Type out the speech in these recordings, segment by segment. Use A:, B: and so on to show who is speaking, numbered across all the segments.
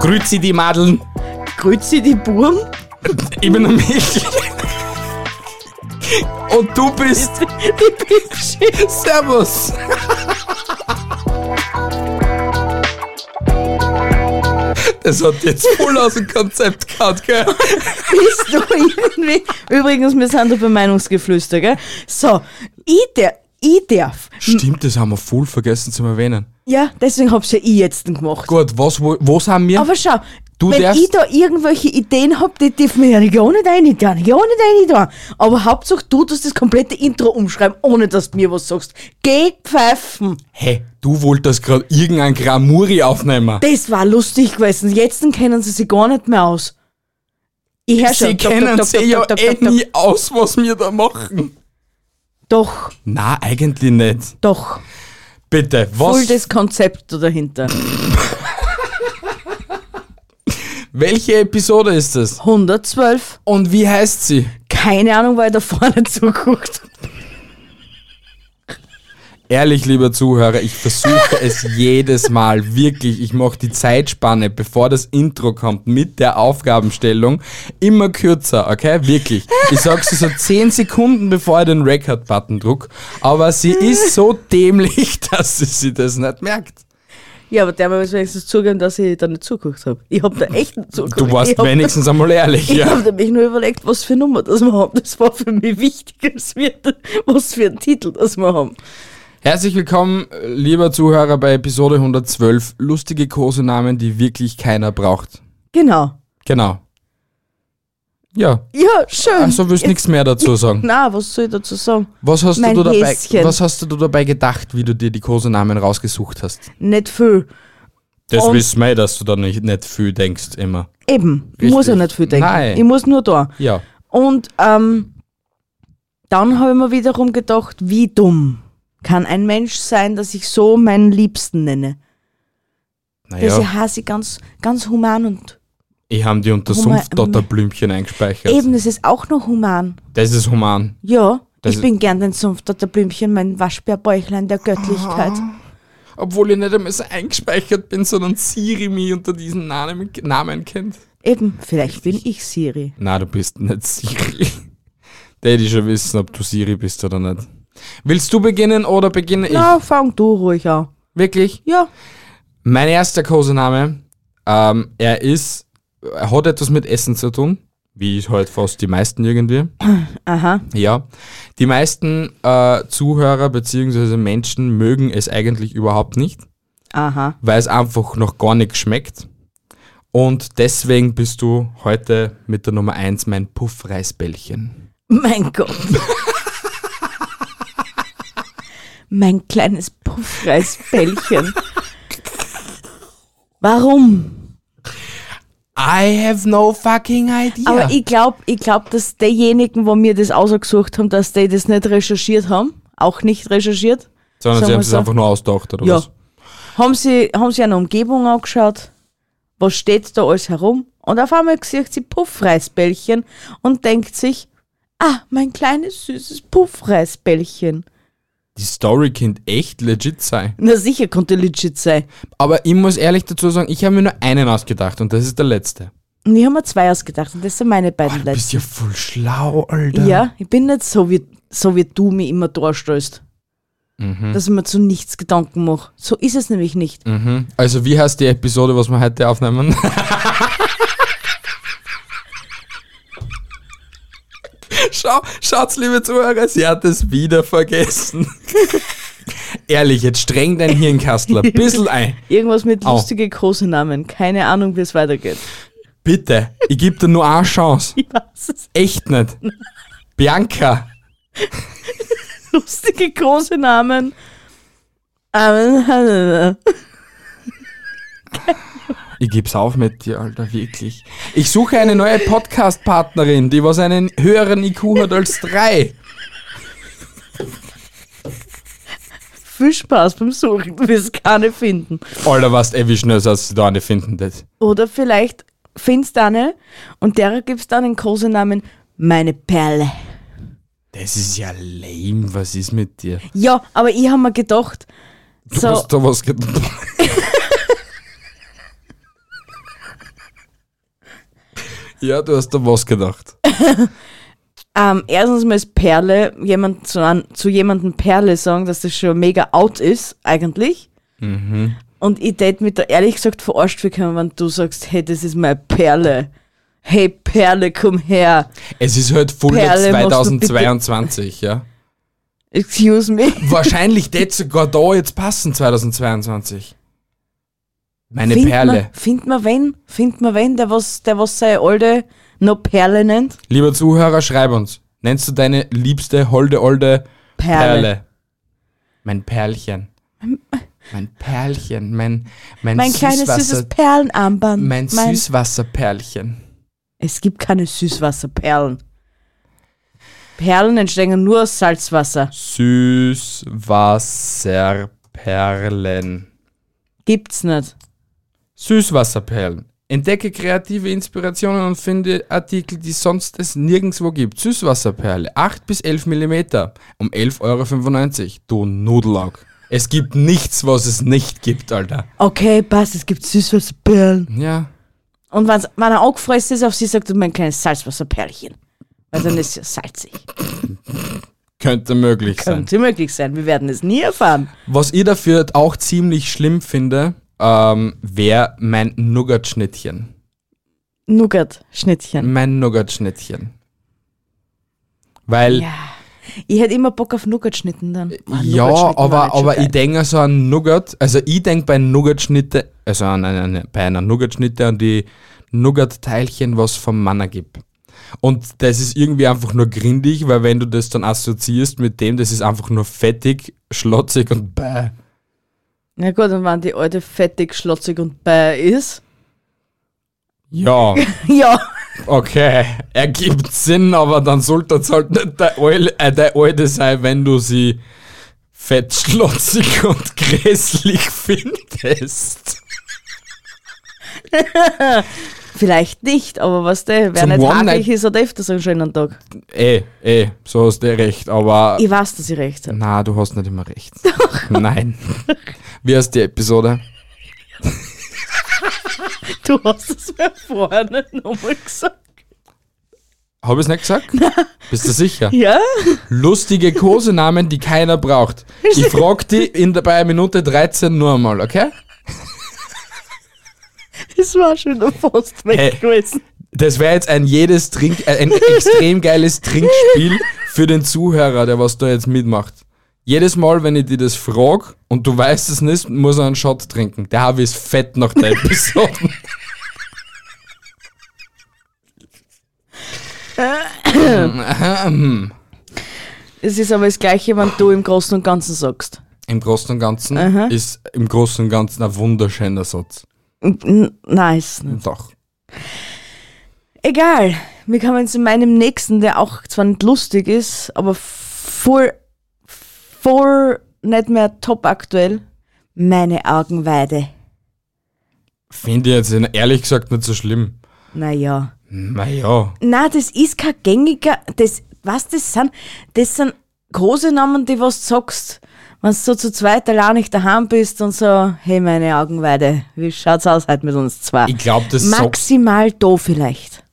A: Grüezi die Madeln,
B: Grüezi die Burm.
A: ich bin der Michi. Und du bist
B: Die Pipschi.
A: Servus. Das hat jetzt voll aus dem Konzept gehabt, gell?
B: Bist du irgendwie. Übrigens, wir sind da bei Meinungsgeflüster, gell? So, ich, der, ich darf.
A: Stimmt, das haben wir voll vergessen zu erwähnen.
B: Ja, deswegen hab's ja ich jetzt gemacht.
A: Gut, was, wo, was haben wir?
B: Aber schau,
A: Du
B: wenn
A: darfst-
B: ich da irgendwelche Ideen hab, die dürfen wir ja nicht- gar nicht rein tun, ja nicht rein tun. Aber Hauptsache, du tust das komplette Intro umschreiben, ohne dass du mir was sagst. Geh pfeifen.
A: Hä, du wolltest gerade irgendein Gramuri aufnehmen.
B: Das war lustig gewesen. Jetzt kennen sie sich gar nicht mehr aus. Ich hör schon.
A: Sie
B: Dock, dock,
A: kennen
B: dock,
A: sich
B: dock,
A: ja
B: dock, dock,
A: eh
B: dock, dock.
A: nie aus, was wir da machen.
B: Doch,
A: Na, eigentlich nicht.
B: doch.
A: Bitte, was
B: Voll das Konzept da dahinter.
A: Welche Episode ist es?
B: 112.
A: Und wie heißt sie?
B: Keine Ahnung, weil ich da vorne zuguckt.
A: Ehrlich, lieber Zuhörer, ich versuche es jedes Mal wirklich. Ich mache die Zeitspanne, bevor das Intro kommt, mit der Aufgabenstellung immer kürzer, okay? Wirklich. Ich sag's so 10 Sekunden, bevor ich den Record-Button druck. Aber sie ist so dämlich, dass sie, sie das nicht merkt.
B: Ja, aber der muss wenigstens zugeben, dass ich da nicht zuguckt habe. Ich habe da echt nicht zuguckt.
A: Du warst
B: ich hab-
A: wenigstens einmal ehrlich,
B: Ich
A: ja.
B: habe mich nur überlegt, was für Nummer das wir haben. Das war für mich wichtig, als wir, was für einen Titel das wir haben.
A: Herzlich willkommen, lieber Zuhörer, bei Episode 112. Lustige Kosenamen, die wirklich keiner braucht.
B: Genau.
A: Genau. Ja.
B: Ja, schön.
A: Also willst du nichts mehr dazu sagen.
B: Na, was soll ich dazu sagen?
A: Was hast,
B: Mein
A: du dabei,
B: Häschen.
A: was hast du dabei gedacht, wie du dir die Kosenamen rausgesucht hast?
B: Nicht viel.
A: Das
B: Und-
A: wissen wir, eh, dass du da nicht, nicht viel denkst immer.
B: Eben. Ich
A: Richtig.
B: muss ja nicht viel denken.
A: Nein.
B: Ich muss nur da.
A: Ja.
B: Und ähm, dann habe ich mir wiederum gedacht, wie dumm kann ein Mensch sein, dass ich so meinen Liebsten nenne. Das
A: Naja,
B: heißt, ich ganz, ganz human und
A: ich habe die unter
B: Hummer-
A: Sumpfdotterblümchen eingespeichert.
B: eben, das ist auch noch human.
A: Das ist human.
B: Ja,
A: Das
B: ich
A: ist-
B: bin gern den Sumpfdotterblümchen, mein Waschbärbäuchlein der Göttlichkeit.
A: Ah. Obwohl ich nicht einmal so eingespeichert bin, sondern Siri mich unter diesen Namen, Namen kennt.
B: Eben, vielleicht bin ich Siri.
A: Na, du bist nicht Siri. Der hätte ich schon wissen, ob du Siri bist oder nicht. Willst du beginnen oder beginne ich?
B: Na, fang du ruhig an.
A: Wirklich?
B: Ja,
A: Mein erster Kosename, ähm, er ist, er hat etwas mit Essen zu tun, wie ich halt fast die meisten irgendwie.
B: aha.
A: Ja, die meisten äh, Zuhörer bzw. Menschen mögen es eigentlich überhaupt nicht,
B: Aha.
A: weil es einfach noch gar nicht schmeckt. Und deswegen bist du heute mit der Nummer 1 mein Puffreisbällchen.
B: Mein Gott. mein kleines Puffreisbällchen. Warum?
A: I have no fucking idea.
B: Aber ich glaube, ich glaub, dass diejenigen, wo mir das ausgesucht haben, dass die das nicht recherchiert haben, auch nicht recherchiert,
A: Sondern
B: sagen
A: sie haben
B: wir
A: es
B: so.
A: einfach nur ausgedacht, oder
B: Ja.
A: was?
B: haben sie, haben sie eine Umgebung angeschaut, was steht da alles herum und auf einmal sieht sie Puffreisbällchen und denkt sich, ah, mein kleines süßes Puffreisbällchen.
A: Die Story könnte echt legit sein.
B: Na sicher konnte legit sein.
A: Aber ich muss ehrlich dazu sagen, ich habe mir nur einen ausgedacht und das ist der letzte.
B: Und ich habe mir zwei ausgedacht und das sind meine
A: Oh,
B: beiden
A: du
B: Leute.
A: bist ja voll schlau, Alter.
B: Äh, Ja, ich bin nicht so wie, so wie du mich immer darstellst.
A: Mhm.
B: Dass ich mir zu nichts Gedanken mache. So ist es nämlich nicht.
A: Also wie heißt die Episode, was wir heute aufnehmen? Schau, schaut's, liebe Zuhörer, sie hat es wieder vergessen. Ehrlich, jetzt streng dein Hirnkastler ein bisschen ein.
B: Irgendwas mit
A: Au.
B: lustige Kosenamen. Keine Ahnung, wie es weitergeht.
A: Bitte, ich gebe dir nur eine Chance.
B: Ich weiß es.
A: Echt nicht. Bianca.
B: Lustige Kosenamen. Ähm,
A: Ich geb's auf mit dir, Alter, wirklich. Ich suche eine neue Podcast-Partnerin, die was einen höheren IQ hat als drei.
B: Viel Spaß beim Suchen, du wirst keine finden.
A: Alter, was, ey, wie schnell sollst du da eine finden, das?
B: Oder vielleicht findest du eine und derer gibst dann den großen Namen meine Perle.
A: Das ist ja lame, was ist mit dir?
B: Ja, aber ich habe mir gedacht,
A: Du
B: so,
A: hast da was getan. ja, du hast da was gedacht.
B: ähm, erstens mal ist Perle, jemand zu, an, zu jemandem Perle sagen, dass das schon mega out ist, eigentlich.
A: Mhm.
B: Und ich tät mit da ehrlich gesagt verarscht bekommen, wenn du sagst, hey, das ist meine Perle. Hey Perle, komm her.
A: Es ist halt Full
B: Perle, machst du
A: 2022, ja.
B: Excuse me.
A: Wahrscheinlich das sogar da jetzt passen, 2022. Meine
B: Find
A: Perle.
B: Man, find man wen? Find man wen, der was, der was seine alte noch Perle nennt?
A: Lieber Zuhörer, schreib uns. Nennst du deine liebste, holde, olde Perle?
B: Perle.
A: Mein Perlchen. Mein Perlchen. Mein, mein,
B: Mein kleines
A: Süßwasser,
B: süßes Perlenarmband.
A: Mein Süßwasserperlchen.
B: Es gibt keine Süßwasserperlen. Perlen entstehen nur aus Salzwasser.
A: Süßwasserperlen.
B: Gibt's nicht.
A: Süßwasserperlen. Entdecke kreative Inspirationen und finde Artikel, die sonst es nirgendwo gibt. Süßwasserperle, 8 bis 11 Millimeter, um 11,95 Euro. Du Nudelaug. Es gibt nichts, was es nicht gibt, Alter.
B: Okay, passt, es gibt Süßwasserperlen.
A: Ja.
B: Und wenn's, wenn er angefressen ist auf sie, sagt er mein kleines Salzwasserperlchen. Weil dann ist es salzig.
A: Könnte möglich sein.
B: Könnte möglich sein, wir werden es nie erfahren.
A: Was ich dafür auch ziemlich schlimm finde, ähm, wäre mein Nougat-Schnittchen.
B: Nougat-Schnittchen.
A: Mein Nougat-Schnittchen. Weil,
B: Ja. Ich hätte immer Bock auf Nougat-Schnitten dann. Oh,
A: Äh, ja,
B: Nougat-Schnitten waren
A: aber,
B: schon
A: aber ich
B: geil.
A: denke so an Nougat, also ich denke bei Nougat-Schnitte, also an eine, bei einer Nougat-Schnitte an die Nougat-Teilchen, was vom Manner gibt. Und das ist irgendwie einfach nur grindig, weil wenn du das dann assoziierst mit dem, das ist einfach nur fettig, schlotzig und bäh.
B: Na gut, und wenn die alte fettig, schlotzig und bäh ist.
A: Ja.
B: Ja.
A: Okay, ergibt Sinn, aber dann sollte es halt nicht der Eule, äh, der Alte sein, wenn du sie fett, schlotzig und grässlich findest.
B: Vielleicht nicht, aber was der, wer
A: Zum
B: nicht
A: One
B: hakelig
A: Night-
B: ist, hat öfters einen schönen Tag.
A: Eh, eh, so hast du recht, aber.
B: Ich weiß, dass ich recht habe.
A: na, du hast nicht immer recht. Nein. Wie heißt die Episode?
B: Du hast es mir vorher nicht nochmal gesagt.
A: Hab ich's nicht gesagt? Bist du sicher?
B: Ja?
A: Lustige Kosenamen, die keiner braucht. Ich frag die in der, bei Minute 13 nur einmal, okay?
B: Es war schon fast weg
A: Hey.
B: gewesen.
A: Das wäre jetzt ein jedes Trink, äh, ein extrem geiles Trinkspiel für den Zuhörer, der was da jetzt mitmacht. Jedes Mal, wenn ich dir das frag und du weißt es nicht, muss er einen Shot trinken. Der Harvey ist fett nach der Episode.
B: Es ist aber das Gleiche, wenn du im Großen und Ganzen sagst.
A: Im Großen und Ganzen ist im Großen und Ganzen ein wunderschöner Satz.
B: N- Nein, ist nicht.
A: Doch.
B: Egal. Wir kommen zu meinem nächsten, der auch zwar nicht lustig ist, aber voll, voll nicht mehr top aktuell. Meine Augenweide.
A: Finde ich jetzt ehrlich gesagt nicht so schlimm.
B: Naja.
A: Naja.
B: Na, das ist kein gängiger, das, was das sind, das sind große Namen, die was du sagst, wenn du so zu zweit allein nicht daheim bist und so, hey meine Augenweide, wie schaut's aus heute mit uns zwei?
A: Ich glaube, das sagt.
B: Maximal da vielleicht.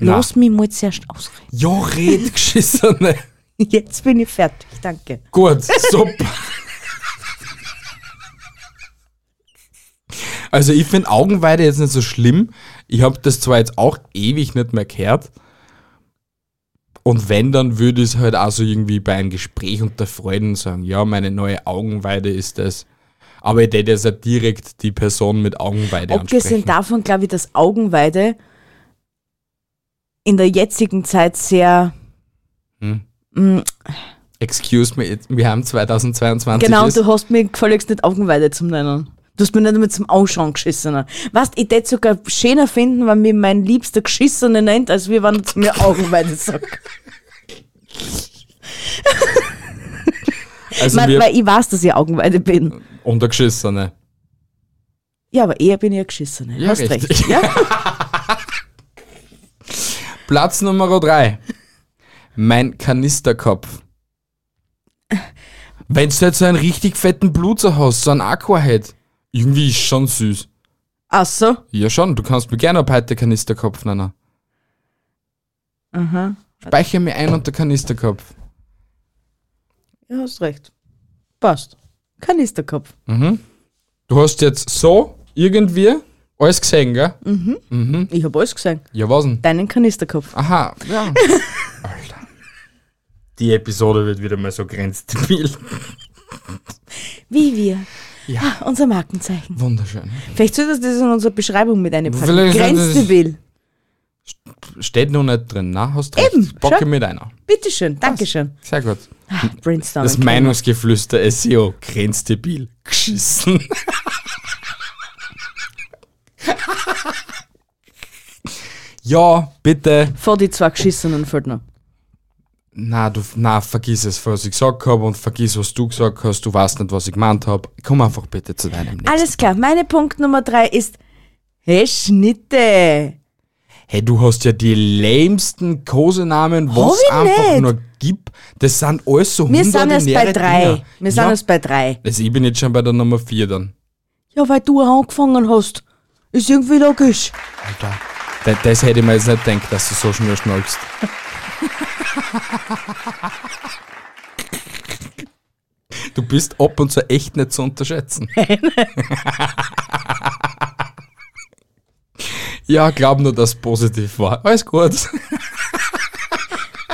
A: Na.
B: Lass mich mal zuerst ausreden.
A: Ja, red, geschissene.
B: Jetzt bin ich fertig, danke.
A: Gut, super. Also ich finde Augenweide jetzt nicht so schlimm. Ich habe das zwar jetzt auch ewig nicht mehr gehört. Und wenn, dann würde ich es halt auch so irgendwie bei einem Gespräch unter Freunden sagen, ja, meine neue Augenweide ist das. Aber ich hätte jetzt nicht direkt die Person mit Augenweide
B: Abgesehen
A: ansprechen.
B: davon glaube ich, dass Augenweide in der jetzigen Zeit sehr,
A: Excuse me, it- wir haben 2022.
B: genau,
A: ist-
B: du hast mir gefälligst nicht Augenweide zum Nennen. Du hast mich nicht einmal zum Ausschauen geschissener. Weißt, ich tät sogar schöner finden, wenn mir mein Liebster geschissener nennt, als wir, wenn er zu mir Augenweide sagt.
A: Also
B: Mein,
A: wir ne?
B: weil ich weiß, dass ich Augenweide bin.
A: untergeschissene.
B: Ja, aber eher bin ich ein Geschissener.
A: Ja,
B: Hast
A: richtig.
B: recht. Ja?
A: Platz Nummer drei. Mein Kanisterkopf. Wenn du jetzt so einen richtig fetten Blutzer hast, so einen Aquahead, irgendwie ist schon süß.
B: Ach so.
A: Ja schon, du kannst mir gerne ab heute Kanisterkopf nennen.
B: Aha.
A: Speichere mir ein unter Kanisterkopf.
B: Ja, hast recht. Passt. Kanisterkopf.
A: Du hast jetzt so irgendwie alles gesehen, gell? Hm?
B: Ich habe alles gesehen.
A: Ja, was denn?
B: Deinen Kanisterkopf.
A: Aha, ja. Alter. Die Episode wird wieder mal so grenzstabil.
B: Wie wir. Ah, unser Markenzeichen.
A: Wunderschön.
B: Vielleicht solltest du das in unserer Beschreibung mit einpacken.
A: Vielleicht sollte das-
B: Grenzdebil.
A: Steht noch nicht drin, na? Hast recht.
B: Eben,
A: Bocke
B: schau.
A: mit einer.
B: Bitteschön. Dankeschön.
A: Sehr gut.
B: Brainstorming.
A: Das Meinungsgeflüster SEO grenzdebil geschissen. ja, bitte.
B: Vor die zwei Geschissenen fällt noch.
A: Na, du, na, vergiss es, was ich gesagt habe und vergiss, was du gesagt hast. Du weißt nicht, was ich gemeint habe. Komm einfach bitte zu deinem nächsten.
B: Alles klar. Meine Punkt Nummer drei ist, hey Schnitte.
A: Hey, du hast ja die lämsten Kosenamen, was
B: ich
A: einfach
B: nicht.
A: nur gibt. Das sind alles so
B: Wir sind jetzt bei
A: hundertinäre
B: drei.
A: Dinger.
B: Wir sind
A: ja.
B: jetzt bei drei.
A: Also ich bin jetzt schon bei der Nummer vier dann.
B: Ja, weil du auch angefangen hast. Ist irgendwie logisch.
A: Das, das hätte ich mir jetzt nicht gedacht, dass du so schnell schnallst. Du bist ab und zu echt nicht zu unterschätzen. ja, glaub nur, dass es positiv war. Alles gut.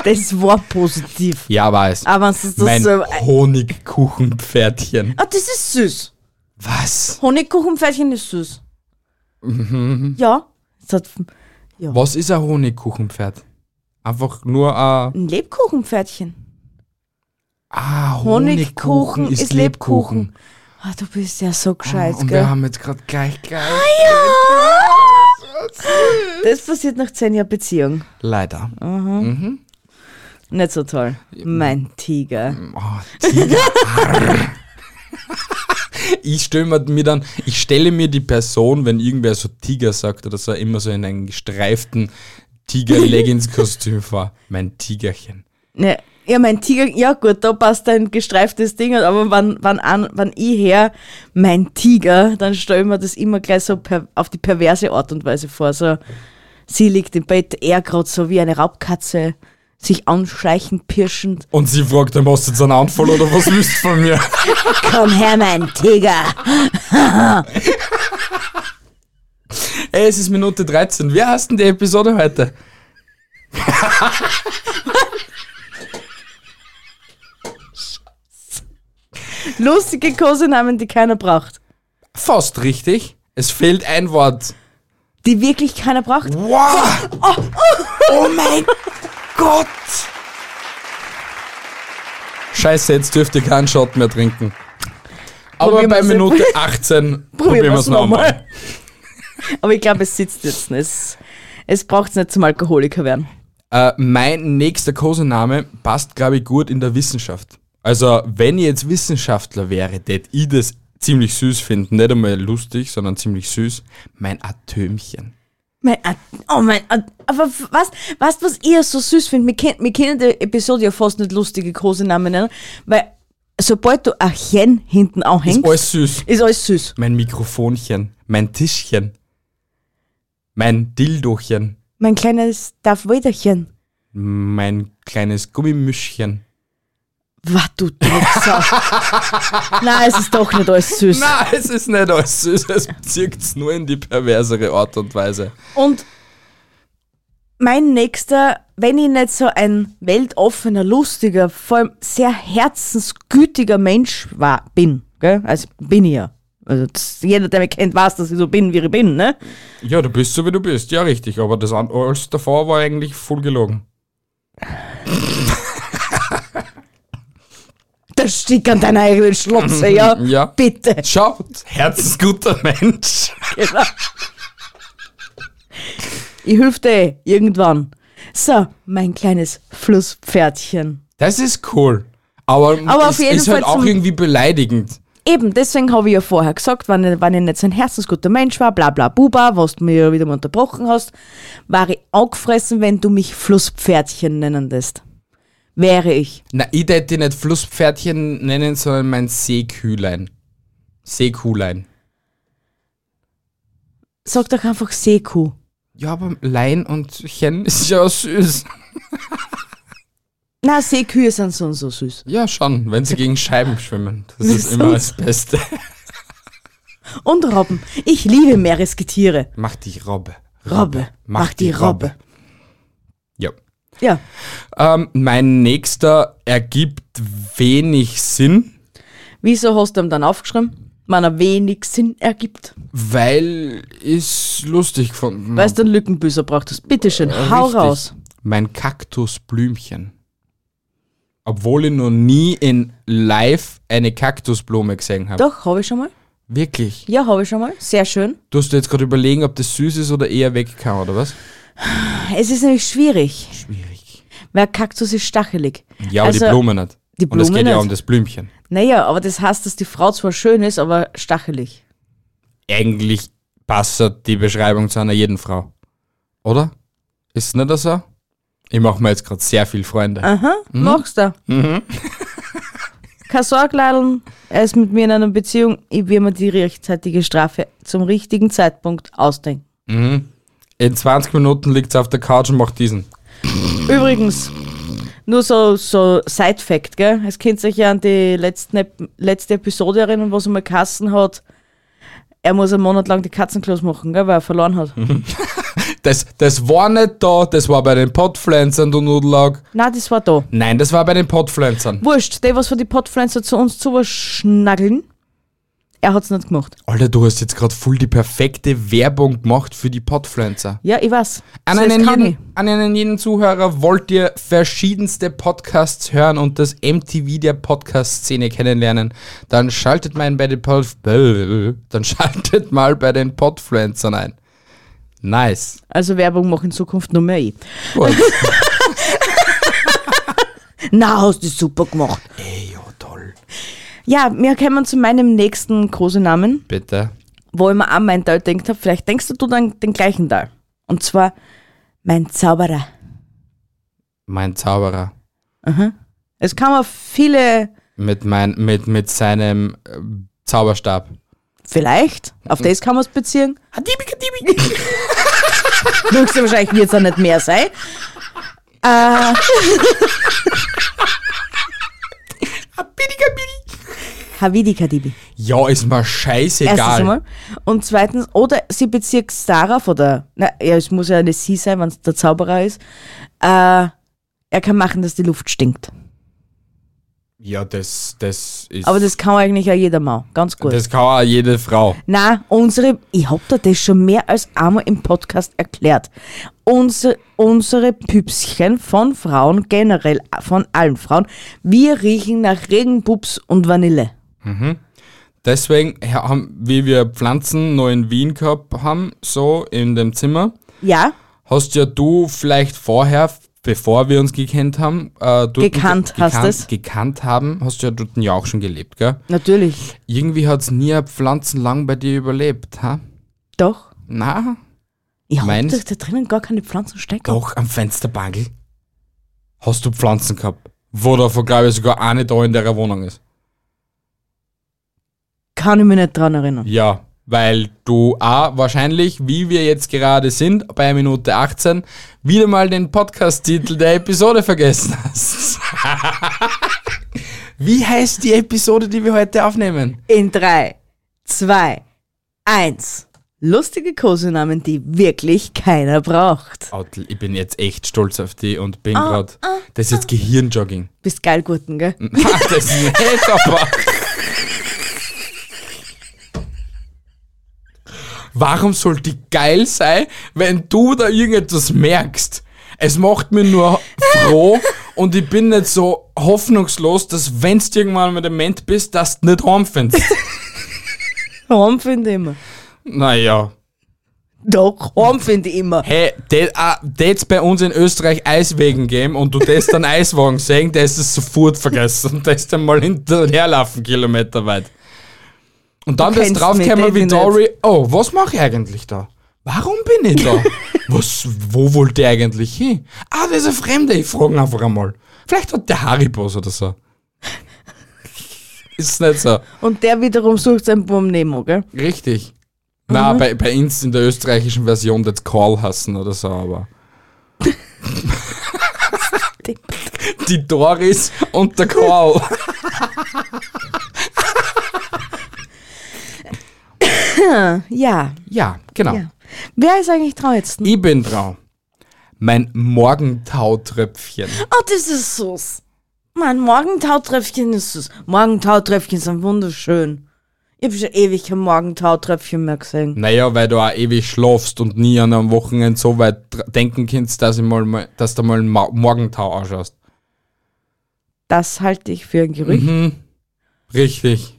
B: Das war positiv.
A: Ja, weiß.
B: Aber es ist Ah, das
A: mein
B: so. äh,
A: Honigkuchenpferdchen.
B: Ah, das ist süß.
A: Was?
B: Honigkuchenpferdchen ist süß. Mhm. Ja. Es hat
A: Was ist ein Honigkuchenpferd? Einfach nur ein
B: ein Lebkuchenpferdchen.
A: ah,
B: Honigkuchen ist Lebkuchen. Ah, du bist ja so gescheit,
A: Ah, Und wir
B: gell?
A: haben jetzt gerade gleich gleich.
B: Das passiert nach zehn Jahren Beziehung.
A: Leider.
B: Nicht so toll. Mein Tiger.
A: Oh, Tiger. Arr. ich stelle mir, mir dann, ich stelle mir die Person, wenn irgendwer so Tiger sagt oder so, immer so in einem gestreiften Tiger-Leggings-Kostüm vor. Mein Tigerchen.
B: Ne, ja, mein Tiger, ja gut, da passt ein gestreiftes Ding, aber wenn, wenn, an, wenn ich her, mein Tiger, dann stelle ich mir das immer gleich so per, auf die perverse Art und Weise vor. So, sie liegt im Bett, er gerade so wie eine Raubkatze, sich anschleichend, pirschend.
A: Und sie fragt, dann machst du jetzt einen Anfall oder was willst du von mir?
B: Komm her, mein Tiger!
A: Ey, es ist Minute 13. Wie heißt denn die Episode heute?
B: Lustige Kosenamen, die keiner braucht.
A: Fast richtig. Es fehlt ein Wort.
B: Die wirklich keiner braucht.
A: Wow! Oh mein Gott! Scheiße, jetzt dürft ihr keinen Shot mehr trinken. Aber
B: Probieren
A: bei
B: wir's-
A: Minute 18 probieren wir
B: wir's
A: es nochmal.
B: nochmal. Aber ich glaube, es sitzt jetzt nicht. Es, es braucht es nicht zum Alkoholiker werden.
A: Äh, mein nächster Kosename passt, glaube ich, gut in der Wissenschaft. Also, wenn ich jetzt Wissenschaftler wäre, tät ich das ziemlich süß finden. Nicht einmal lustig, sondern ziemlich süß. Mein Atömchen.
B: Mein, At- oh mein, At- aber f- was, was, was ihr so süß findet, wir, kennt, wir kennen die Episode ja fast nicht lustige Kosenamen nennen, weil sobald du Achen hinten anhängst,
A: Ist alles süß.
B: ist alles süß.
A: Mein Mikrofonchen. Mein Tischchen. Mein Dildochen.
B: Mein kleines Darth Vaderchen.
A: Mein kleines Gummimischchen.
B: Was du Drecksau. Nein, es ist doch nicht alles süß.
A: Na, es ist nicht alles süß, es zirkt's nur in die perversere Art und Weise.
B: Und mein nächster, wenn ich nicht so ein weltoffener, lustiger, vor allem sehr herzensgütiger Mensch war, bin, gell? Also bin ich ja. Also das, jeder, der mich kennt, weiß, dass ich so bin, wie ich bin, ne?
A: Ja, du bist so wie du bist, ja richtig, aber das an- alles davor war eigentlich voll gelogen.
B: zerstick an deiner eigenen Schlotze, ja?
A: Ja.
B: Bitte.
A: Schaut, herzensguter Mensch.
B: Ich hilf dir eh, irgendwann. So, mein kleines Flusspferdchen.
A: Das ist cool. Aber,
B: Aber
A: es
B: auf jeden
A: ist halt
B: Fall
A: auch
B: zum-
A: irgendwie beleidigend.
B: Eben, deswegen habe ich ja vorher gesagt, wenn ich, wenn ich nicht so ein herzensguter Mensch war, bla bla buba, was du mir ja wieder mal unterbrochen hast, war ich angefressen, wenn du mich Flusspferdchen nennen lässt. Wäre ich.
A: Na, ich hätte die nicht Flusspferdchen nennen, sondern mein Seekühlein. Seekuhlein.
B: Sag doch einfach Seekuh.
A: Ja, aber Lein und Chen ist ja süß.
B: Na, Seekühe sind so und so süß.
A: Ja, schon, wenn sie gegen Scheiben schwimmen. Das ist immer das Beste.
B: Und Robben. Ich liebe Meeresgetiere.
A: Mach die Robbe.
B: Robbe. Mach die Robbe.
A: Ja.
B: Ja.
A: Ähm, mein nächster ergibt wenig Sinn,
B: Wieso hast du ihm dann aufgeschrieben? Wenn er wenig Sinn ergibt.
A: weil ich lustig gefunden
B: Weil du einen Lückenbüßer brauchtest. Bitte schön, hau
A: Richtig.
B: raus.
A: Mein Kaktusblümchen. Obwohl ich noch nie in live eine Kaktusblume gesehen habe.
B: Doch, habe ich schon mal.
A: Wirklich.
B: Ja, habe ich schon mal. Sehr schön.
A: Du hast dir jetzt gerade überlegen, ob das süß ist oder eher weg kann, oder was?
B: Es ist nämlich schwierig,
A: Schwierig.
B: weil Kaktus ist stachelig.
A: Ja, aber die Blume nicht.
B: Also, die
A: Und es
B: Blume
A: geht ja
B: nicht.
A: um das Blümchen.
B: Naja, aber das heißt, dass die Frau zwar schön ist, aber stachelig.
A: Eigentlich passt die Beschreibung zu einer jeden Frau. Oder? Ist es nicht so? Ich mache mir jetzt gerade sehr viel Freunde.
B: Machst du? Mhm. Keine Sorge, Leideln. Er ist mit mir in einer Beziehung. Ich will mir die rechtzeitige Strafe zum richtigen Zeitpunkt ausdenken.
A: In 20 Minuten liegt sie auf der Couch und macht diesen.
B: Übrigens, nur so, so Side-Fact, gell? Es könnt sich ja an die letzten, Ep- letzte Episode erinnern, wo es einmal Kassen hat. Er muss einen Monat lang die Katzenklos machen, gell, weil er verloren hat.
A: Mhm. Das, das war nicht da, das war bei den Potpflanzern, du Nudelag.
B: Nein, das war da.
A: Nein, das war bei den Potpflanzern.
B: Wurscht, der, was von die Podpflanzer zu uns zu schnaggeln, er hat's nicht gemacht.
A: Alter, du hast jetzt gerade voll die perfekte Werbung gemacht für die Potpflanzer.
B: Ja, ich weiß.
A: An
B: das
A: einen,
B: kann
A: jeden, an einen jeden Zuhörer wollt ihr verschiedenste Podcasts hören und das MTV der Podcast-Szene kennenlernen, dann schaltet mal bei den Pod dann schaltet mal bei den Podpflanzern ein. Nice.
B: ich. Also Werbung mache in Zukunft nur mehr ich.
A: Gut.
B: Na, hast du super gemacht.
A: Ey, ja, toll.
B: Ja, wir kommen zu meinem nächsten großen Namen,
A: Bitte.
B: wo ich mir auch meinen Teil denkt habe. Vielleicht denkst du dann den gleichen Teil. Und zwar mein Zauberer.
A: Mein Zauberer.
B: Es kann man viele,
A: Mit, mein, mit, mit seinem ähm, Zauberstab.
B: vielleicht, auf das kann man es beziehen. Höchstwahrscheinlich wird es ja nicht mehr sein. Äh. Havidika Dibi.
A: Ja, ist mir
B: Erstens
A: scheißegal.
B: einmal. Und zweitens, oder sie bezieht es darauf, oder, na, ja, es muss ja eine Sie sein, wenn es der Zauberer ist, äh, er kann machen, dass die Luft stinkt.
A: ja, das, das ist.
B: Aber das kann eigentlich auch jeder mal. Ganz gut.
A: das kann auch jede Frau.
B: Na, unsere, ich hab dir das schon mehr als einmal im Podcast erklärt. Unsere, unsere Püpschen von Frauen, generell von allen Frauen, wir riechen nach Regenpups und Vanille.
A: Deswegen haben, wie wir Pflanzen noch in Wien gehabt haben, so in dem Zimmer,
B: Ja,
A: hast ja du vielleicht vorher, bevor wir uns gekannt haben, äh, dort-
B: Gekannt, hast es?
A: gekannt haben, hast ja dort ja auch schon gelebt, gell?
B: natürlich.
A: Irgendwie hat's nie eine Pflanzen lang bei dir überlebt, ha?
B: Doch.
A: Na?
B: Ich hab
A: Meinst-
B: doch da drinnen gar keine Pflanzen stecken.
A: Doch, am Fensterbangel hast du Pflanzen gehabt. Wo davon, glaube ich, sogar eine da in der Wohnung ist.
B: Kann ich mich nicht dran erinnern.
A: Ja, weil du A, wahrscheinlich, wie wir jetzt gerade sind, bei Minute 18, wieder mal den Podcast-Titel der Episode vergessen hast. wie heißt die Episode, die wir heute aufnehmen?
B: In drei, zwei, eins. Lustige Kosenamen, die wirklich keiner braucht.
A: Autl, ich bin jetzt echt stolz auf die und bin grad. Das ist jetzt Gehirnjogging.
B: Bist geil, Gurten, gell?
A: Ha, das ist nicht, aber. Warum soll die geil sein, wenn du da irgendetwas merkst? Es macht mich nur froh Und ich bin nicht so hoffnungslos, dass wenn du irgendwann mal dement bist, dass du nicht heimfindest.
B: Horn finde ich immer.
A: naja.
B: Doch, Horn finde ich immer.
A: Hey, das ah, bei uns in Österreich Eiswegen geben und du das dann Eiswagen sehen, das ist sofort vergessen. Und das dann mal hinterherlaufen, Kilometer weit. Und dann
B: Du
A: das
B: kennst
A: draufkämmer
B: mich
A: wie
B: definitiv.
A: Dory, oh, was mache ich eigentlich da? Warum bin ich da? was, wo wollte ich eigentlich hin? Ah, das ist ein Fremder, ich frage ihn einfach einmal. Vielleicht hat der Haribos oder so. ist nicht so.
B: Und der wiederum sucht seinen Bum Nemo, gell?
A: Richtig. Na, bei, bei uns in der österreichischen Version das Call hassen oder so, aber. Die Doris und der Call.
B: Ja.
A: Ja, genau.
B: ja. Wer ist eigentlich trauersten?
A: Ich bin dran. Mein Morgentautröpfchen.
B: Oh, das ist süß. Mein Morgentautröpfchen ist süß. Morgentautröpfchen sind wunderschön. Ich habe schon ewig kein Morgentautröpfchen mehr gesehen.
A: Naja, weil du auch ewig schlafst und nie an einem Wochenende so weit dr- denken kannst, dass, ich mal, mal- dass du mal einen Ma Morgentau ausschaust.
B: Das halte ich für ein Gerücht.
A: Richtig.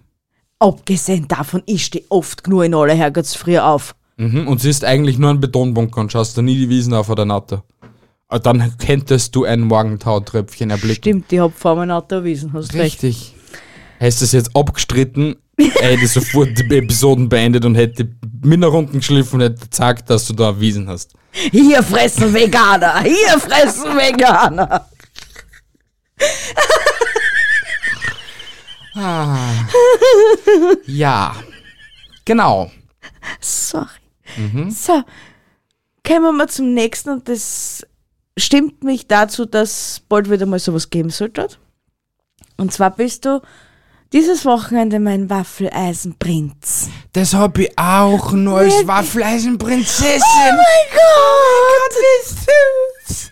B: Abgesehen davon, ich stehe oft nur in aller Herrgottsfrüh auf.
A: Mhm. Und siehst eigentlich nur einen Betonbunker und schaust da nie die Wiesen auf oder Natter. Ah, Dann könntest du ein Morgentautröpfchen erblicken.
B: Stimmt, ich habe vor meinem Auto erwiesen, hast recht.
A: Richtig. Hättest du es jetzt abgestritten, hätte sofort die Episoden beendet und hätte minder Runden geschliffen und hätte gezeigt, dass du da erwiesen hast.
B: Hier fressen Veganer, hier fressen Veganer.
A: Ja. Genau.
B: Sorry.
A: Mhm.
B: So, kommen wir mal zum nächsten und das stimmt mich dazu, dass bald wieder mal sowas geben sollte. Und zwar bist du dieses Wochenende mein Waffeleisenprinz.
A: Das hab ich auch nur als Waffleisenprinzessin.
B: mein Gott, Oh. ist süß.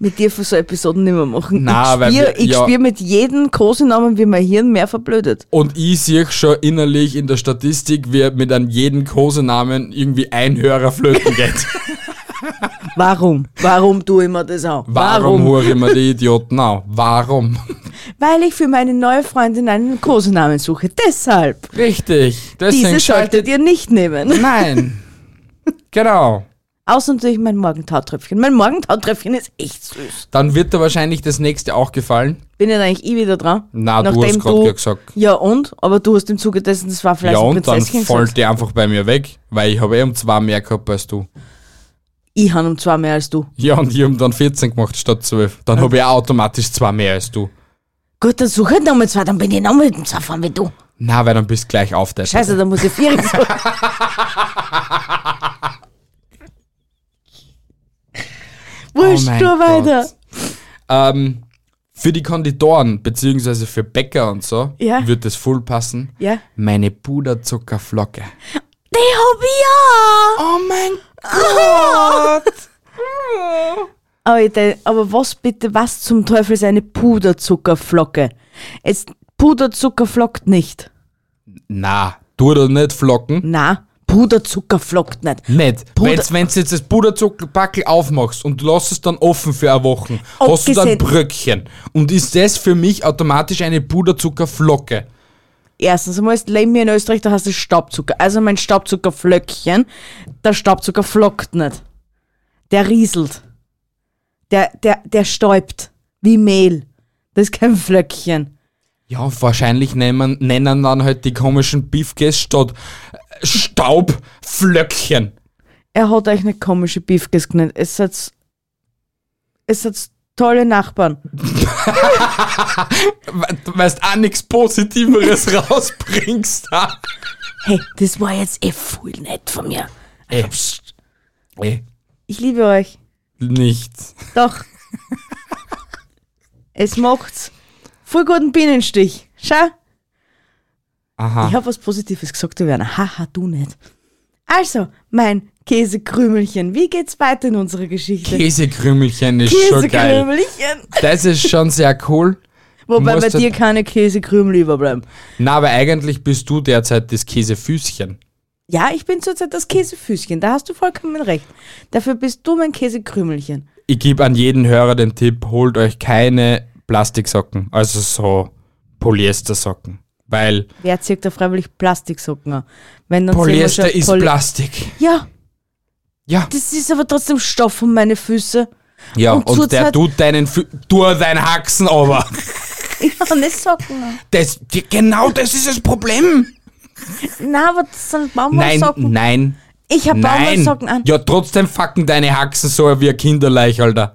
B: Mit dir für so Episoden nicht mehr machen.
A: Na, weil
B: ich
A: wir-
B: spür, ich
A: ja.
B: spür mit jedem Kosenamen, wie mein Hirn mehr verblödet.
A: Und ich sehe schon innerlich in der Statistik, wie mit einem jeden Kosenamen irgendwie ein Hörer flöten geht.
B: Warum? Warum tue ich mir das auch?
A: Warum höre ich mir die Idioten an? Warum?
B: Weil ich für meine neue Freundin einen Kosenamen suche. Deshalb.
A: Richtig. Deswegen
B: Diese
A: schaltet
B: solltet ihr nicht nehmen.
A: Nein. genau.
B: Außer natürlich mein Morgentautröpfchen. Mein Morgentautröpfchen ist echt süß.
A: Dann wird dir wahrscheinlich das nächste auch gefallen.
B: Bin ja eigentlich ich wieder dran.
A: Na, du hast
B: Nachdem
A: grad ja gesagt.
B: Ja und? Aber du hast im Zuge dessen das
A: ja, und dann
B: Waffeleisen-Prinzesschen
A: fällt
B: gesagt.
A: die einfach bei mir weg, weil ich habe eh um zwei mehr gehabt als du.
B: Ich habe um zwei mehr als du.
A: Ja, und ich habe dann 14 gemacht statt 12. Dann habe ich auch automatisch zwei mehr als du.
B: Gut, dann suche ich nochmal zwei, dann bin ich nochmal mit zwei fahren wie du.
A: Na, weil dann bist du gleich auf der
B: Scheiße, dann muss ich vier suchen. Wurscht,
A: Oh mein
B: du weiter.
A: Gott. Ähm, für die Konditoren, beziehungsweise für Bäcker und so,
B: Ja.
A: wird das voll passen.
B: Ja.
A: Meine Puderzuckerflocke.
B: Die hab ich ja.
A: Oh mein Gott!
B: Aber, ich denk, aber was bitte, was zum Teufel ist eine Puderzuckerflocke? Es Puderzucker flockt nicht.
A: Na, tu doch nicht flocken.
B: Na, Puderzucker flockt nicht.
A: Nicht.
B: Puder-
A: Wenn du jetzt das Puderzuckerpackel aufmachst und du lässt es dann offen für eine Woche, hast du dann
B: Abgesehen-
A: Bröckchen. Und ist das für mich automatisch eine Puderzuckerflocke?
B: Erstens einmal ist Leben hier in Österreich, da hast du Staubzucker. Also mein Staubzuckerflöckchen, der Staubzucker flockt nicht. Der rieselt. Der, der, der stäubt. Wie Mehl. Das ist kein Flöckchen.
A: Ja, wahrscheinlich nennen, nennen dann halt die komischen Beefcakes statt äh, Staubflöckchen.
B: Er hat euch eine komische Beefkes genannt. Es hat, es hat tolle Nachbarn.
A: We- Du weißt auch nichts Positiveres rausbringst. ha?
B: Hey, das war jetzt eh voll nett von mir.
A: Ey, ey,
B: Ich liebe euch.
A: Äh, nichts.
B: Doch. es macht's. Voll guten Bienenstich. Schau.
A: Aha.
B: Ich habe was Positives gesagt, du Werner. Haha, du nicht. Also, mein Käsekrümelchen. Wie geht's weiter in unserer Geschichte?
A: Käsekrümelchen ist schon geil.
B: Käsekrümelchen.
A: Das ist schon sehr cool.
B: Wobei bei
A: Musst du-
B: dir keine Käsekrümel überbleiben.
A: Na, aber eigentlich bist du derzeit das Käsefüßchen.
B: Ja, ich bin zurzeit das Käsefüßchen, da hast du vollkommen recht. Dafür bist du mein Käsekrümelchen.
A: Ich gebe an jeden Hörer den Tipp, holt euch keine Plastiksocken, also so Polyestersocken. Weil
B: Wer zieht da freiwillig Plastiksocken an? Wenn dann sehen wir schon
A: Polyester ist
B: Poly-
A: Plastik.
B: Ja,
A: Ja,
B: das ist aber trotzdem Stoff um meine Füße.
A: ja.
B: und
A: Und, der
B: zurzeit-
A: tut deinen, Fü- tu dein Haxen aber.
B: Ich mache nicht Socken an.
A: Das, genau das ist das Problem.
B: Na, aber das sind
A: Nein,
B: Baumwollsocken.
A: nein,
B: Ich habe
A: nein.
B: Baumwollsocken an.
A: Ja, trotzdem fucken deine Haxen so wie ein Kinderleich, Alter.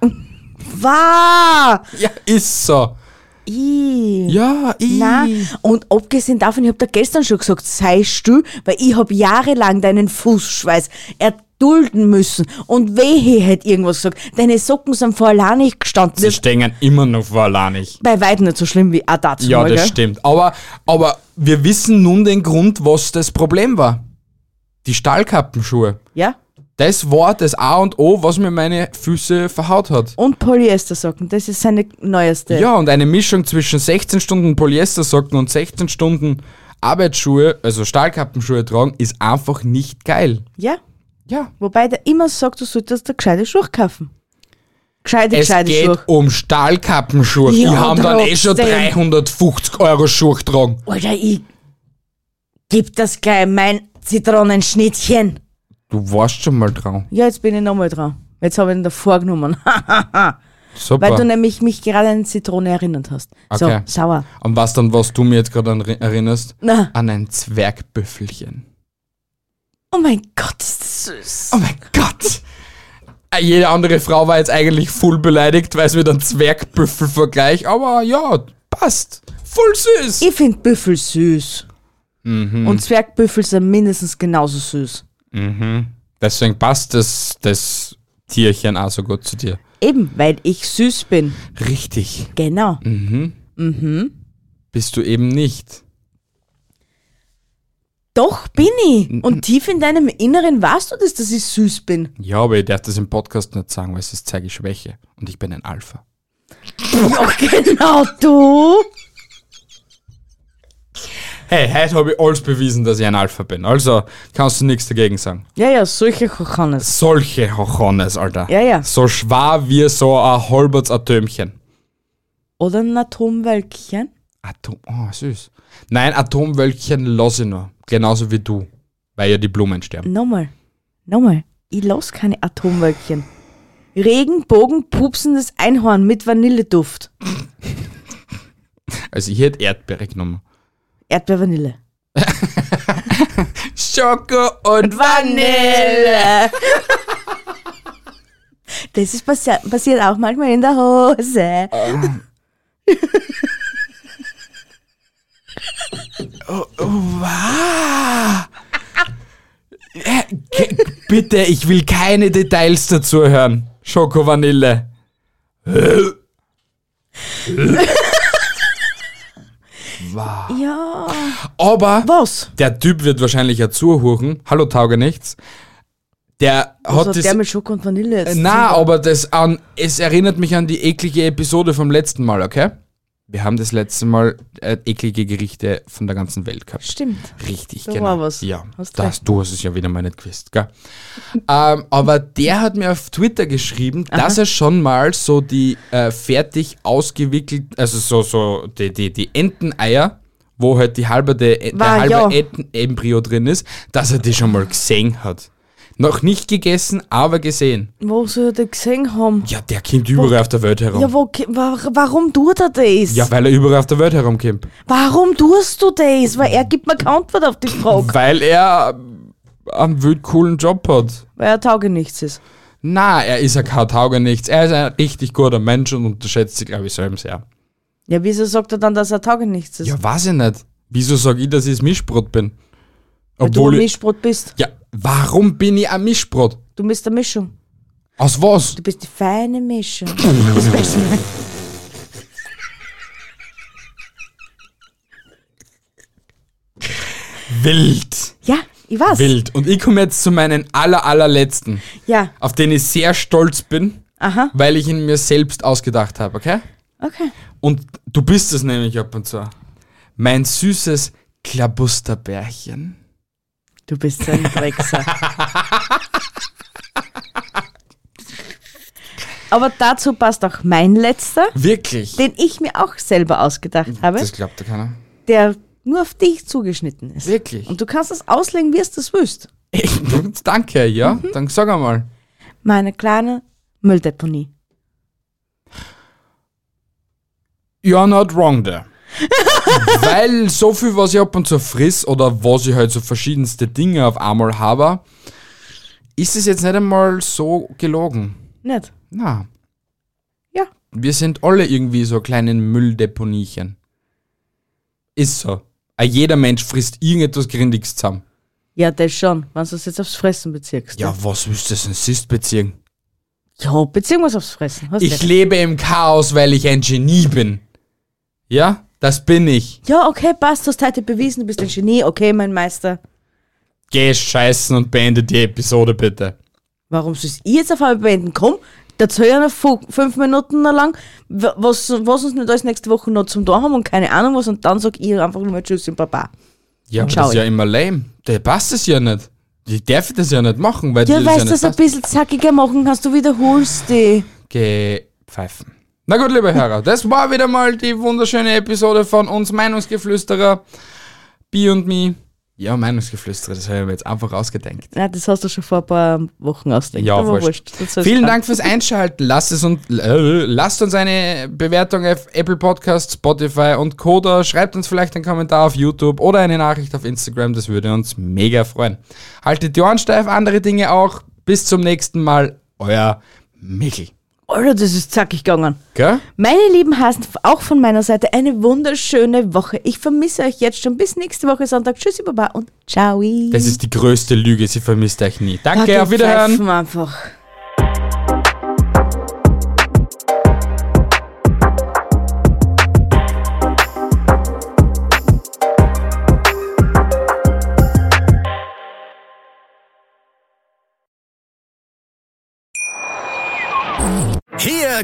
B: Wahr!
A: Ja, ist so.
B: Ih.
A: Ja, ich.
B: Na, und abgesehen davon, ich habe da gestern schon gesagt, sei still, weil ich habe jahrelang deinen Fußschweiß erdulden müssen. Und wehe hätte irgendwas gesagt. Deine Socken sind vor allein nicht gestanden.
A: Sie
B: Das ist
A: stehen immer noch vor Lanich.
B: bei weitem nicht so schlimm wie auch dazu.
A: Ja,
B: mal,
A: das
B: gell?
A: stimmt. Aber, aber wir wissen nun den Grund, was das Problem war. Die Stahlkappenschuhe.
B: Ja.
A: Das war das A und O, was mir meine Füße verhaut hat.
B: Und Polyestersocken, das ist seine neueste.
A: Ja, und eine Mischung zwischen 16 Stunden Polyestersocken und 16 Stunden Arbeitsschuhe, also Stahlkappenschuhe tragen, ist einfach nicht geil.
B: ja?
A: Ja.
B: Wobei der immer sagt, du solltest da gescheite Schuhe kaufen. Gescheite,
A: Es
B: gescheite
A: geht
B: Schuhe.
A: um Stahlkappenschuhe.
B: Ja,
A: die haben dann eh schon
B: trotzdem.
A: 350 Euro Schuhe getragen.
B: Alter, ich gib das gleich mein Zitronenschnittchen.
A: Du warst schon mal dran.
B: Ja, jetzt bin ich nochmal dran. Jetzt habe ich ihn davor genommen.
A: Super.
B: Weil du nämlich mich gerade an Zitrone erinnert hast.
A: Okay.
B: So, sauer.
A: An was dann, was du mir jetzt gerade an- erinnerst?
B: Na.
A: An ein Zwergbüffelchen.
B: Oh mein Gott, ist das süß.
A: Oh mein Gott! Äh, Jede andere Frau war jetzt eigentlich full beleidigt, weil es wieder ein Zwergbüffel vergleich, aber ja, passt. Voll süß!
B: Ich finde Büffel süß. Und Zwergbüffel sind mindestens genauso süß.
A: Deswegen passt das, das Tierchen auch so gut zu dir.
B: Eben, weil ich süß bin.
A: Richtig.
B: Genau.
A: Bist du eben nicht.
B: Doch bin ich. Und tief in deinem Inneren weißt du das, dass ich süß bin.
A: Ja, aber ich darf das im Podcast nicht sagen, weil es ist zeige ich Schwäche. Und ich bin ein Alpha.
B: Ja, genau du.
A: Hey, heute habe ich alles bewiesen, dass ich ein Alpha bin. Also kannst du nichts dagegen sagen.
B: Ja, ja, solche kann es.
A: solche Hochones, Alter.
B: Ja, ja.
A: So schwer wie so ein Holberts-Atömchen.
B: Oder ein Atomwölkchen.
A: Atom, oh, süß. Nein, Atomwölkchen lass ich noch. Genauso wie du. Weil ja die Blumen sterben.
B: Nochmal. Nochmal. Ich lass keine Atomwölkchen. Regenbogen pupsendes Einhorn mit Vanilleduft. Mhm.
A: Also ich hätte Erdbeere genommen.
B: Erdbeer-Vanille.
A: Schoko und
B: Vanille! Das ist passi passiert auch manchmal in der Hose. Äh,
A: Ke- Bitte, ich will keine Details dazu hören. Schoko Vanille.
B: Ja.
A: Aber
B: Was?
A: der Typ wird wahrscheinlich ja zuhören. Hallo Taugenichts. Der
B: Was
A: hat das
B: hat Also der mit Schoko und Vanille jetzt?
A: Na, aber das an, es erinnert mich an die eklige Episode vom letzten Mal, okay? Wir haben das letzte Mal äh, eklige Gerichte von der ganzen Welt gehabt.
B: Stimmt.
A: Richtig,
B: Da
A: genau.
B: war was.
A: Ja,
B: Hast
A: das, du hast es ja wieder mal nicht gewusst, gell? ähm, aber der hat mir auf Twitter geschrieben, dass er schon mal so die äh, fertig ausgewickelt, also so, so die, die, die Enteneier, wo halt die halbe, der, der
B: War,
A: halbe
B: ja.
A: Entenembryo drin ist, dass er die schon mal gesehen hat. Noch nicht gegessen, aber gesehen.
B: Wo soll der gesehen haben?
A: Ja, der kommt überall auf der Welt herum.
B: Ja,
A: Ja,
B: wo, ki- wa- warum tut er das?
A: weil er überall auf der Welt herumkommt.
B: Warum tust du das? Weil er gibt mir keine Antwort auf die Frage.
A: Weil er ähm, einen wild coolen Job hat.
B: Weil er tauge nichts ist.
A: Na, er ist ja kein Taugenichts. Er ist ein richtig guter Mensch und unterschätzt sich, glaube ich, selbst sehr.
B: Ja, wieso sagt er dann, dass er tauge nichts ist?
A: Ja, weiß ich nicht. Wieso sage ich, dass ich das Mischbrot bin?
B: Weil du
A: Obwohl
B: ein
A: ich,
B: Mischbrot bist.
A: Ja, warum bin ich ein Mischbrot?
B: Du bist eine Mischung.
A: Aus was?
B: Du bist die feine Mischung.
A: Wild.
B: ja, ich weiß.
A: Wild. Und ich komme jetzt zu meinen aller, allerletzten,
B: Ja,
A: auf den ich sehr stolz bin,
B: aha,
A: weil ich ihn mir selbst ausgedacht habe, okay?
B: okay.
A: Und du bist es nämlich ab und zu. Mein süßes Klabusterbärchen.
B: Du bist so ein Drecksack. Aber dazu passt auch mein letzter,
A: Wirklich?
B: den ich mir auch selber ausgedacht habe,
A: Mhm, Das glaubt ja keiner.
B: der nur auf dich zugeschnitten ist.
A: Wirklich?
B: Und du kannst das auslegen, wie es das willst.
A: Danke, ja? Dann sag einmal.
B: Meine kleine Mülldeponie.
A: You're not wrong there. Weil so viel, was ich ab und zu friss oder was ich halt so verschiedenste Dinge auf einmal habe, ist es jetzt nicht einmal so gelogen.
B: Nicht?
A: Na,
B: Ja.
A: wir sind alle irgendwie so kleinen Mülldeponiechen. Ist so. Ein Jeder Mensch frisst irgendetwas Grindiges zusammen.
B: Ja, das schon, wenn du es jetzt aufs Fressen beziehst.
A: Ja, was willst du denn sonst beziehen?
B: ja beziehungsweise aufs Fressen. Hast
A: Ich
B: du?
A: lebe im Chaos, weil ich ein Genie bin. Ja, das bin ich.
B: Ja, okay, passt, du hast heute bewiesen, du bist ein Genie. Okay, mein Meister.
A: Geh scheißen und beende die Episode bitte.
B: Warum soll ich jetzt auf einmal beenden? Komm, dazu ja noch fu- fünf Minuten noch lang, w- was, was uns nicht alles nächste Woche noch zum Tag haben und keine Ahnung was und dann sag ich einfach nur mal Tschüss und Baba.
A: Ja,
B: Und
A: aber
B: schau
A: das ist ja
B: ich.
A: immer lame. Der passt es ja nicht. Die darf das ja nicht machen, weil
B: Ja,
A: die
B: weißt du,
A: das
B: das
A: ja
B: ein
A: nicht passt.
B: bisschen zackiger machen kannst, du wiederholst die.
A: Gepfeifen. Na gut, liebe Hörer, das war wieder mal die wunderschöne Episode von uns Meinungsgeflüsterer, Bi und Me. Ja, Meinungsgeflüsterer, das habe ich mir jetzt einfach ausgedenkt.
B: Nein, das hast du schon vor ein paar Wochen ausgedacht.
A: Ja,
B: aber
A: wurscht.
B: Das soll's
A: Vielen
B: sein.
A: Dank fürs Einschalten. Lasst, es und, äh, lasst uns eine Bewertung auf Apple Podcasts, Spotify und Coda. Schreibt uns vielleicht einen Kommentar auf YouTube oder eine Nachricht auf Instagram. Das würde uns mega freuen. Haltet die Ohren steif, andere Dinge auch. Bis zum nächsten Mal. Euer Michel.
B: Alter, das ist zackig gegangen.
A: Gell?
B: Meine lieben Hasen, auch von meiner Seite eine wunderschöne Woche. Ich vermisse euch jetzt schon. Bis nächste Woche Sonntag. Tschüssi, Baba und ciao.
A: Das ist die größte Lüge. Sie vermisst euch nie. Danke, auf Wiederhören.
B: einfach.
C: Hier